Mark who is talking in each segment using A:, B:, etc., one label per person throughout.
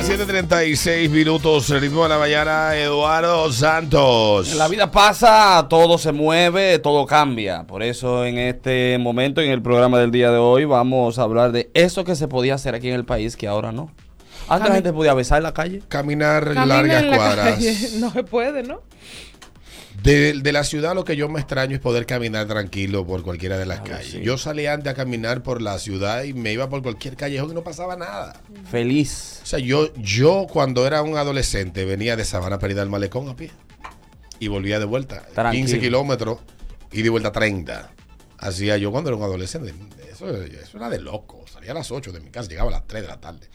A: 7.36 minutos, ritmo de la mañana, Eduardo Santos.
B: La vida pasa, todo se mueve, todo cambia. Por eso en este momento, en el programa del día de hoy, vamos a hablar de eso que se podía hacer aquí en el país que ahora no. Antes la
C: Cami-
B: gente podía besar en la calle.
A: Caminar
C: Camina
A: largas
C: en la
A: cuadras.
C: calle, No se puede, ¿no?
A: De, de la ciudad lo que yo me extraño es poder caminar tranquilo por cualquiera de las calles. Yo salía antes a caminar por la ciudad y me iba por cualquier callejón y no pasaba nada.
B: Feliz.
A: O sea, yo, yo cuando era un adolescente venía de Sabana Perdida al Malecón a pie y volvía de vuelta.
B: Tranquilo.
A: 15 kilómetros y de vuelta 30. Hacía yo cuando era un adolescente. Eso, eso era de loco. Salía a las 8 de mi casa, llegaba a las 3 de la tarde.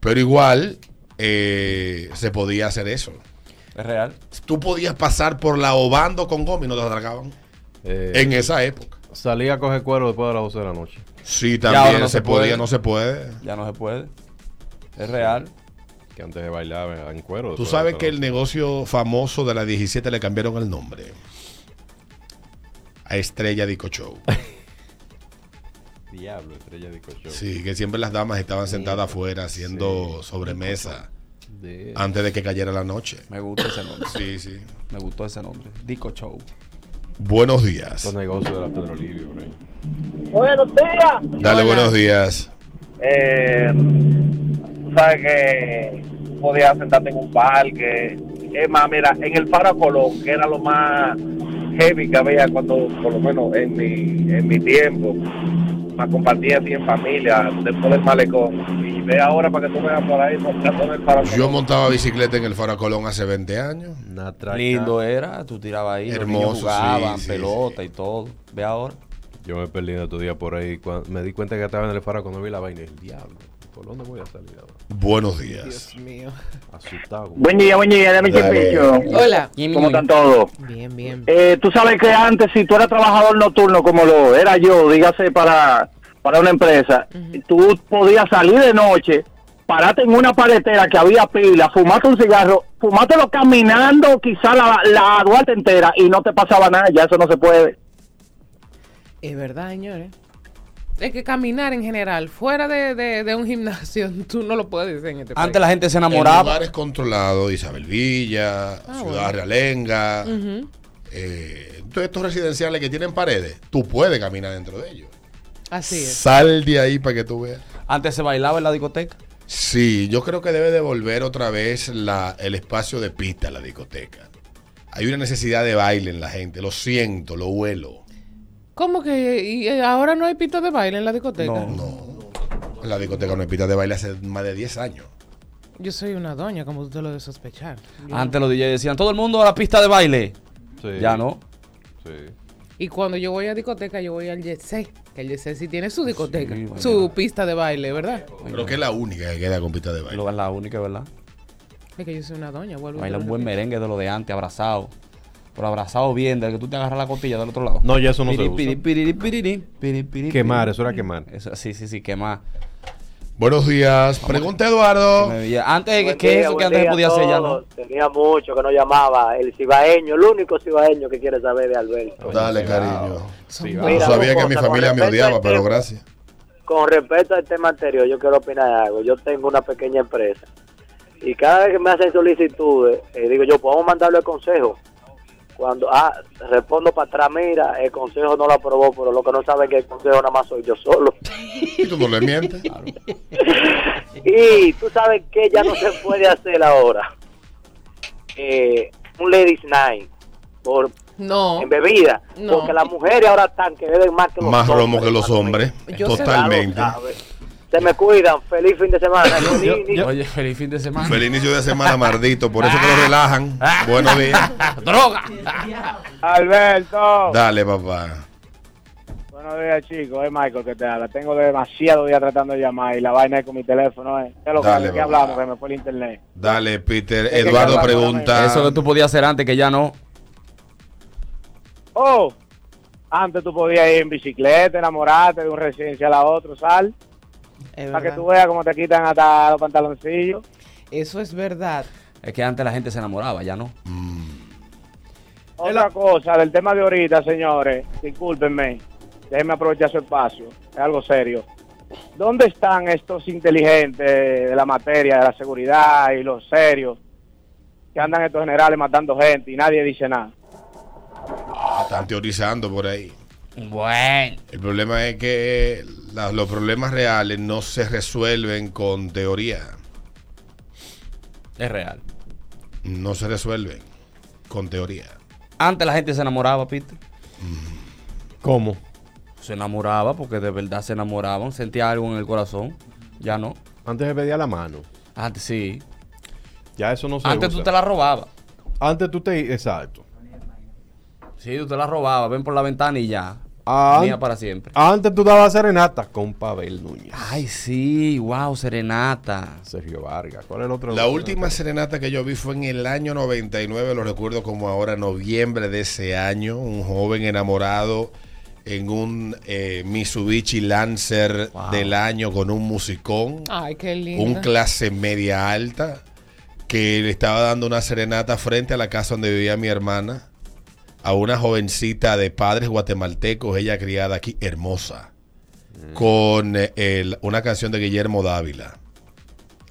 A: Pero igual eh, se podía hacer eso.
B: Es real.
A: Tú podías pasar por la Obando con goma y no te atracaban. En esa época.
D: Eh, Salí a coger cuero después de las 12 de la noche.
A: Sí,
B: ahora
A: también
B: no
A: se,
B: se
A: podía,
B: puede.
A: no se puede.
B: Ya no se puede. Es real.
D: Que antes de bailar en cuero.
A: Tú
D: después
A: sabes
D: de
A: que el
D: las
A: negocio famoso de la 17 le cambiaron el nombre. A Estrella Dico Show.
D: 12 de la noche. Diablo, estrella de cochón.
A: Sí, que siempre las damas estaban sentadas afuera haciendo sobremesa
D: De-
A: antes de que cayera la noche.
B: Me gusta ese nombre.
A: Sí, sí.
B: Me gustó ese nombre. Dico Show.
A: Buenos días.
D: Los negocios de la Pedro Livio, por ahí.
E: Buenos días.
A: Dale
C: Hola.
A: buenos días.
E: Eh, tú sabes que podías sentarte en un parque. Es más, mira, en el Paracolón, que era lo más heavy que había cuando, por lo menos en mi, en mi tiempo, más compartía así en familia, después del malecón. Y ve ahora para que tú veas por ahí, montando en el Paracolón.
A: Yo montaba bicicleta en el Faracolón hace 20 años.
D: Una traca.
A: eh.
B: Lindo era. Tú tirabas ahí. Los
A: Hermoso,
B: niños
A: sí,
B: jugaban,
A: sí,
B: pelota y todo. Ve ahora.
D: Yo me perdí el otro día por ahí. cuan- me di cuenta que estaba en el faro cuando vi la vaina. El diablo. ¿Por dónde voy a salir ahora?
A: Buenos días.
D: Asustado. como-
F: Buen día, buen día, dame
A: Dale.
F: chipillo.
C: Hola.
F: ¿Cómo están todos?
C: Bien, bien.
F: Eh, tú sabes que antes, si tú eras trabajador nocturno como lo era yo, dígase para, para una empresa, tú podías salir de noche, pararte en una paletera que había pila, fumarte un cigarro, fumártelo caminando quizá la, la Duarte entera y no te pasaba nada, ya eso no se puede.
C: Es verdad, señores. Es que caminar en general, fuera de, de, de un gimnasio, tú no lo puedes hacer en este
B: Antes la gente se
A: En
B: enamoraba.
A: lugares controlados, Isabel Villa, Ciudad
C: Ah, bueno.
A: Realenga,
C: país. Ujú.
A: eh, todos estos residenciales que tienen paredes, tú puedes caminar dentro de ellos.
C: Así es.
A: Sal de ahí para que tú veas.
B: Antes se bailaba en la discoteca.
A: Sí, yo creo que debe devolver otra vez la, el espacio de pista a la discoteca. Hay una necesidad de baile en la gente, lo siento, lo huelo.
C: ¿Cómo que y, eh, ahora no hay pito de baile en la discoteca?
B: No.
A: No, en la discoteca no hay pista de baile hace más de 10 años.
C: Yo soy una doña, como tú te lo debes sospechar. Yo-
B: Antes los DJs decían, todo el mundo a la pista de baile.
D: Sí,
B: Ya no.
D: Sí.
C: Y cuando yo voy a discoteca, yo voy al Jet Set, Que el Jet Set sí tiene su discoteca,
B: Sí, bueno.
C: su pista de baile, ¿verdad?
A: Creo que es la única que queda con pista de baile.
B: Lo es la única, ¿verdad?
C: Es que yo soy una doña, vuelvo. y te
B: Baila
C: lo
B: un buen
C: repito.
B: merengue de lo de antes, abrazado. Pero abrazado bien, del que tú te agarras la costilla del otro lado.
D: No, ya eso no se
B: Piri,
D: usa.
B: piri, piriri, piriri, piriri, piriri.
D: Quemar, eso era quemar.
B: Eso- sí, sí, sí, quemar.
A: Buenos días, pregunta Eduardo.
B: Me veía- Antes,
E: Oh. Buen
B: ¿qué
E: día,
B: es eso que
E: buen
B: antes se
E: día a
B: podía hacer ya? No.
E: todos. Tenía mucho que no llamaba. El cibaeño, el único cibaeño que quiere saber de Alberto.
A: Dale, cariño.
C: Son
D: Sí, ah,
C: dos.
A: No
E: Mira,
A: sabía
E: dos
A: que mi
E: cosas, con
A: familia me
E: respecto
A: odiaba,
E: al
A: pero
E: tema-
A: gracias.
E: Con respecto al tema anterior, yo quiero opinar algo. Yo tengo una pequeña empresa y cada vez que me hacen solicitudes, eh, digo yo, ¿podemos mandarle el consejo? Cuando, ah, respondo para atrás, mira, el consejo no lo aprobó, pero lo que no saben es que el consejo nada más soy yo solo.
A: Y tú no le mientes.
E: Y tú sabes que ya no se puede hacer ahora. Eh, un Ladies Night por,
C: No.
E: en bebida,
C: No.
E: porque las mujeres ahora están que beben más que los
A: Más
E: hombres.
A: romo que los hombres.
C: Yo sé-
A: Totalmente.
E: Ya lo sabes. Se me cuidan. Feliz fin de semana. Ni- ni-
B: Oye, feliz fin de semana.
A: Feliz inicio de semana, mardito. Por eso que
C: Ah.
A: lo relajan. Buenos días.
B: ¡Droga!
G: Alberto.
A: Dale, papá.
G: Buenos días, chicos. Es Michael que te habla. Tengo demasiado día tratando de llamar y la vaina es con mi teléfono. ¿eh? ¿Qué es lo que-
A: Dale,
G: ¿de qué
A: papá.
G: hablamos? Que me fue el internet.
A: Dale, Peter.
G: que
A: Eduardo
G: acabar,
A: pregunta.
B: Eso que tú podías hacer antes, que ya no.
G: Oh, antes tú podías ir en bicicleta, enamorarte de un residencial a otro, sal.
C: Es
G: Para que
C: verdad.
G: tú veas cómo te quitan hasta los pantaloncillos.
C: Eso es verdad.
B: Es que antes la gente se enamoraba, ya no.
G: Otra cosa del tema de ahorita, señores, discúlpenme, déjenme aprovechar su espacio, es algo serio. ¿Dónde están estos inteligentes de la materia, de la seguridad y los serios que andan estos generales matando gente y nadie dice nada?
A: Están teorizando por ahí.
B: Bueno.
A: El problema es que la- los problemas reales no se resuelven con teoría.
B: Es real.
A: No se resuelven con teoría.
B: Antes la gente se enamoraba, Pete.
D: ¿Cómo?
B: Se enamoraba porque de verdad se enamoraban. Sentía algo en el corazón. Ya no.
D: Antes se pedía la mano.
B: Antes sí.
D: Ya eso no se
B: Antes tú
D: usa.
B: te la robabas.
D: Antes tú te... Exacto.
B: Sí, tú te la robabas. Ven por la ventana y ya.
D: Ah.
B: Mía para siempre.
D: Antes tú dabas serenata con Pavel Núñez.
B: Ay, sí. Wow, serenata.
D: Sergio Vargas. ¿Cuál es el otro?
A: La última serenata que yo vi fue en el año 99, lo recuerdo como ahora, noviembre de ese año. Un joven enamorado en un eh, Mitsubishi Lancer
B: Wow.
A: del año con un musicón.
C: Ay, qué lindo.
A: un clase media alta que le estaba dando una serenata frente a la casa donde vivía mi hermana a una jovencita de padres guatemaltecos, ella criada aquí, hermosa,
B: Mm.
A: con eh, el- una canción de Guillermo Dávila.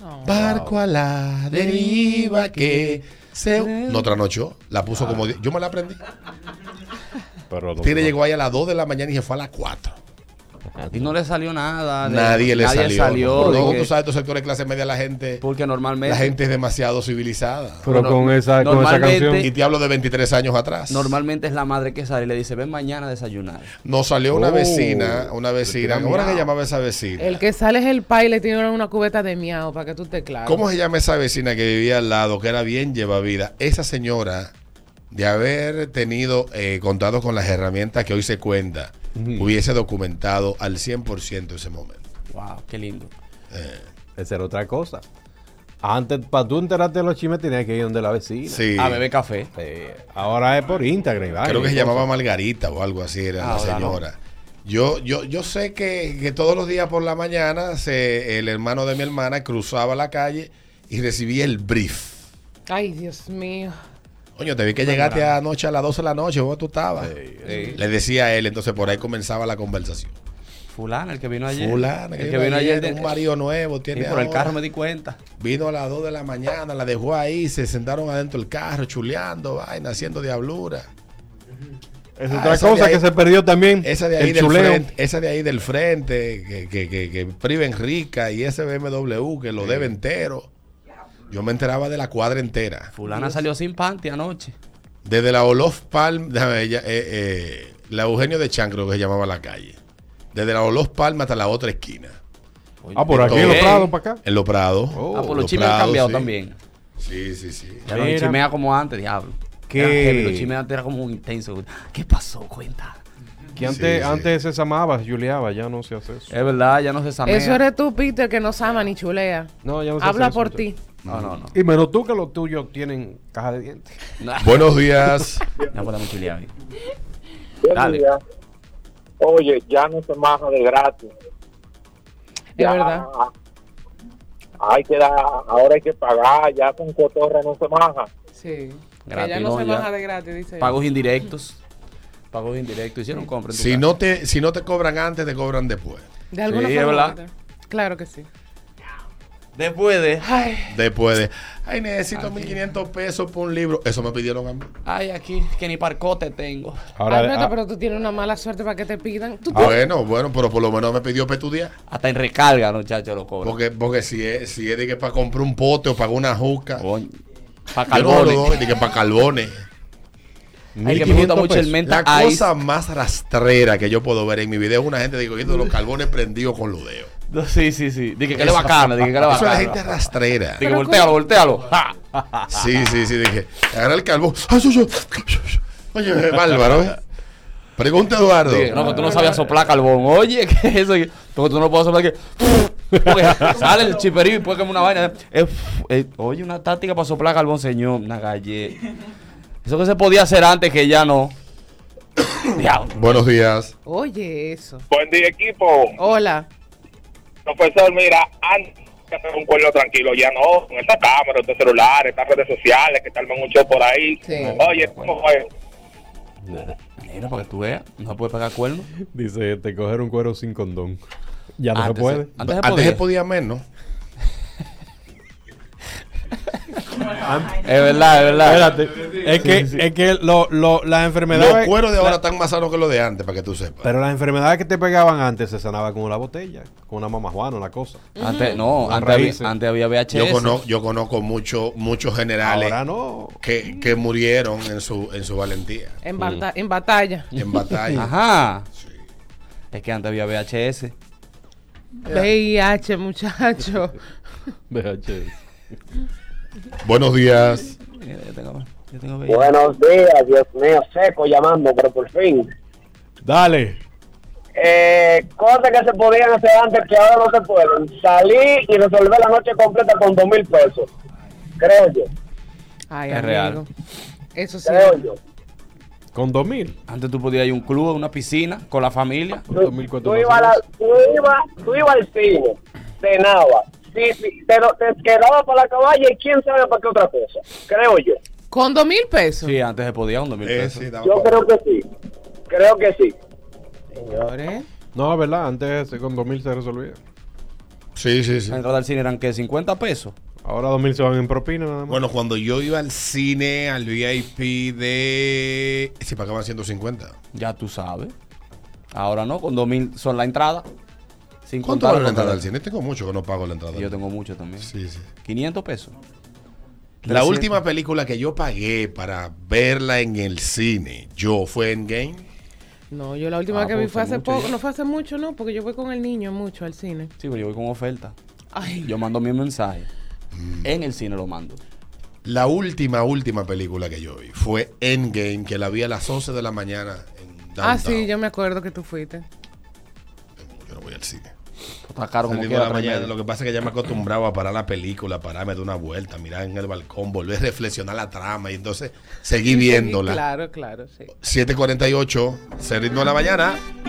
C: Oh.
A: Barco a la deriva que se... No tranochó, oh, la puso
B: Ah.
A: como... di- Yo me la aprendí.
D: Pero no-
A: Tiene llegó ahí a las 2 de la mañana y se fue a las 4.
B: Y no le salió nada. Ah, de-
A: Nadie le salió.
B: de
A: Luego
B: que-
A: tú sabes, estos sectores de clase media, la gente,
B: Porque normalmente.
A: la gente es demasiado civilizada.
D: Pero
B: Bueno,
D: con esa, con esa
B: normalmente-
D: canción.
A: Y te hablo de 23 años atrás.
B: Normalmente es la madre que sale y le dice, ven mañana a desayunar.
A: Nos salió una
D: Oh,
A: vecina, una
D: le
A: vecina.
D: tira
A: ¿Cómo era que
D: miau.
A: llamaba esa vecina?
C: El que sale es el pa y le tiene una cubeta de miau para que tú te claves.
A: ¿Cómo se llama esa vecina que vivía al lado, que era bien llevavida? Esa señora, de haber tenido eh, contado con las herramientas que hoy se cuenta,
D: Ujú.
A: hubiese documentado al 100% ese momento.
B: Wow, qué lindo.
D: Esa era otra cosa. Antes, para tú enterarte de los chismes, tenías que ir donde la vecina.
A: Sí.
B: A beber café.
D: Eh, ahora es por Instagram. y
A: Creo
D: vaina
A: que
D: y
A: se llamaba
D: cosas.
A: Margarita o algo así, era la
B: Ahora no.
A: señora. Yo, yo, yo sé que, que todos los días por la mañana se, el hermano de mi hermana cruzaba la calle y recibía el brief.
C: Ay, Dios mío.
A: Coño, te vi que llegaste anoche a las 12 de la noche, vos tú estabas.
B: Sí.
A: Le decía a él, entonces por ahí comenzaba la conversación.
B: Fulana, el que vino ayer.
A: Fulana,
B: el que vino ayer.
A: un
B: de-
A: marido nuevo,
B: Sí,
A: tiene
B: por el
A: ahora.
B: carro me di cuenta.
A: Vino a las 2 de la mañana, la dejó ahí, se sentaron adentro del carro, chuleando, vaina, haciendo diablura.
D: Es
A: Ah,
D: otra
A: esa
D: cosa
A: de ahí-
D: que se perdió también.
A: Esa de ahí,
D: el
A: del,
D: chuleo.
A: frente, esa de ahí del frente, que, que, que, que priven rica y ese BMW que lo debe entero. Yo me enteraba de la cuadra entera.
B: Fulana salió sin panty anoche.
A: Desde la Olof Palm, déjame ver, ya, eh, eh, la Eugenio de Chan creo que se llamaba la calle. Desde la Olof Palm hasta la otra esquina.
D: Ah, por aquí,
A: Entonces-
D: los prados, para acá.
A: En Los Prados.
D: Oh.
B: ah, por los
A: Los
B: chimes han
A: Prados,
B: cambiado
A: sí.
B: también.
A: Sí, sí, sí.
B: Ya no
D: Mira.
B: chimea como antes, diablo.
D: ¿Qué?
B: Era heavy, Los chimes antes era como un intenso. ¿Qué pasó? Cuenta.
D: Que antes,
A: sí.
D: antes se llamaba, juliaba, ya no se hace eso.
B: Es verdad, ya no se sabe.
C: Eso eres tú, Peter, que no sama ni chulea.
D: No, ya no se
C: Habla
D: hace eso,
C: por ti.
D: muchacho.
B: No, no, no.
D: Y menos tú que los tuyos tienen caja de dientes.
B: No,
A: Buenos días.
B: Ya podemos chilear ahí. Dale.
E: Dale. Oye, ya no se maja de gratis.
C: Es
E: Ya
C: verdad.
E: Hay que dar, ahora hay que pagar, ya con cotorra no se maja.
C: Sí. Que ya
B: Gratis,
C: no
B: no,
C: se
B: ya.
C: baja de gratis, dice.
B: Pagos indirectos. Pagos indirectos. Hicieron compra. en tu
A: si,
B: casa.
A: no te, si no te cobran antes, te cobran después.
C: De alguna
B: Sí, es
C: forma.
B: verdad.
C: Claro que sí.
B: Después de. Ay,
A: Después de, ay, necesito 1500 pesos por un libro. Eso me pidieron a mí.
B: ay, aquí, que ni parcote tengo.
C: Alberto,
D: ah,
C: pero tú tienes una mala suerte para que te pidan.
B: Ah.
C: Tú-
A: Bueno, bueno, pero por lo menos me pidió para estudiar.
B: Hasta en recarga, muchachos, lo cobran.
A: Porque, porque si es, si es de que para comprar un pote o pagar una juca.
B: Oh. Para
A: Yo no
B: calor.
A: lo doy, de que para carbones.
B: Hay que me gusta
D: 1500
B: mucho el
D: pesos.
B: menta
A: La
B: ice.
A: cosa más rastrera que yo puedo ver en mi video es una gente digo, cogiendo los carbones prendidos con los dedos.
B: No, Sí, sí, sí. Dije que le bacana, dije que le
A: Eso es la gente
B: bacana.
A: rastrera.
B: Dije, voltealo, voltealo. Ja.
A: Sí, sí, sí, dije. Agarra el carbón. ¡Ay, yo, yo! Oye, es bárbaro, ¿eh? Pregunta Eduardo.
B: Dije, no, que tú no sabías soplar carbón. Oye, ¿qué es eso? Que tú no lo puedes soplar. Que... Porque sale el chiperío y puede quemar una vaina. Eh, eh, oye, una táctica para soplar carbón, señor. Una galle. Eso que se podía hacer antes que ya no. Diablo.
A: Buenos días.
C: Oye, eso.
E: Buen día, equipo.
C: Hola.
E: Profesor, mira, antes que hacer un pueblo tranquilo, ya no, con esta cámara, estos celulares, estas redes sociales, que tal un show por ahí.
C: Sí.
E: Oye, pues, ¿cómo fue?
B: Mira, para que tú veas, no puedes pegar cuernos.
D: este, Dice, te coger un cuero sin condón.
H: Ya no se
B: Antes-
H: puede.
B: Antes se
A: Antes se
B: podía.
A: podía menos.
B: Es verdad, es verdad.
H: Espérate. Es que, es que lo- lo- las
A: Los
H: enfermedades.
A: cueros de ahora están más sanos que los de antes, para que tú sepas.
D: Pero las enfermedades que te pegaban antes se sanaban con una botella, con una mamajuana, una cosa.
B: Antes, no,
D: Las
B: antes había,
D: raíces.
B: antes había VHS.
A: yo, conozco, yo conozco mucho- muchos generales
D: Ahora no.
A: que, que murieron en su, en su valentía,
C: En, bata- en batalla.
A: en batalla.
B: Ajá. Es que antes había VHS.
C: VIH, muchacho.
A: Buenos días.
B: Mira, Yo tengo, yo tengo VHS.
E: Buenos días, Dios mío, seco llamando, pero por fin.
H: Dale.
E: Eh, cosas que se podían hacer antes que ahora no se pueden. Salir y resolver la noche completa con dos mil pesos. Creo yo,
C: Ay,
B: Es
C: amigo.
B: real.
C: Eso sí.
E: creo yo.
D: Con 2000.
B: Antes tú podías ir a un club, a una piscina, con la familia.
E: Tú, tú ibas a la- tú ibas- tú ibas al cine, cenaba. Sí, sí, pero te quedaba para la caballa y quién sabe para qué otra cosa. Creo yo.
C: Con dos mil pesos.
B: Sí, antes se podía un 2000
A: Eh,
B: pesos.
A: sí, dame
E: Yo
A: pa-
E: creo que sí. Creo que sí.
C: Señores.
D: No, ¿verdad? Antes con 2000 se resolvía.
A: sí, sí, sí.
B: La entrada al cine eran que 50 pesos.
D: Ahora 2000 se van en propina nada más.
A: Bueno, cuando yo iba al cine, al VIP de... Se pagaban 150.
B: Ya tú sabes. Ahora no, con 2000 son la entrada. Sin
A: ¿Cuánto
B: contar
A: vale la
B: los
A: entrada al
B: hoteles.
A: cine? Tengo mucho que no pago la entrada.
B: Yo tengo mucho también.
A: Sí, sí.
B: 500 pesos.
A: La
B: 300.
A: última película que yo pagué para verla en el cine, yo fue Endgame.
C: No, yo la última
B: Ah,
C: que vi
B: pues,
C: fue
B: hace
C: hace
B: mucho
C: poco.
B: ya.
C: No fue hace mucho, no, porque yo voy con el niño mucho al cine.
B: Sí, pero yo voy con oferta.
C: Ay,
B: Yo mando mi mensaje.
A: Mm.
B: En el cine lo mando.
A: La última, última película que yo vi fue Endgame, que la vi a las 11 de la mañana en Downtown.
C: ah, sí, yo me acuerdo que tú fuiste.
A: Yo no voy al cine.
B: Pues Está caro como
A: Salí de
B: quiera.
A: la
B: tres
A: mañana,
B: meses.
A: lo que pasa es que ya me acostumbraba a parar la película, pararme de una vuelta, mirar en el balcón, volver a reflexionar la trama y entonces seguí
C: Sí,
A: viéndola.
C: Claro, claro, sí.
A: 7:48, se ritmo de la mañana.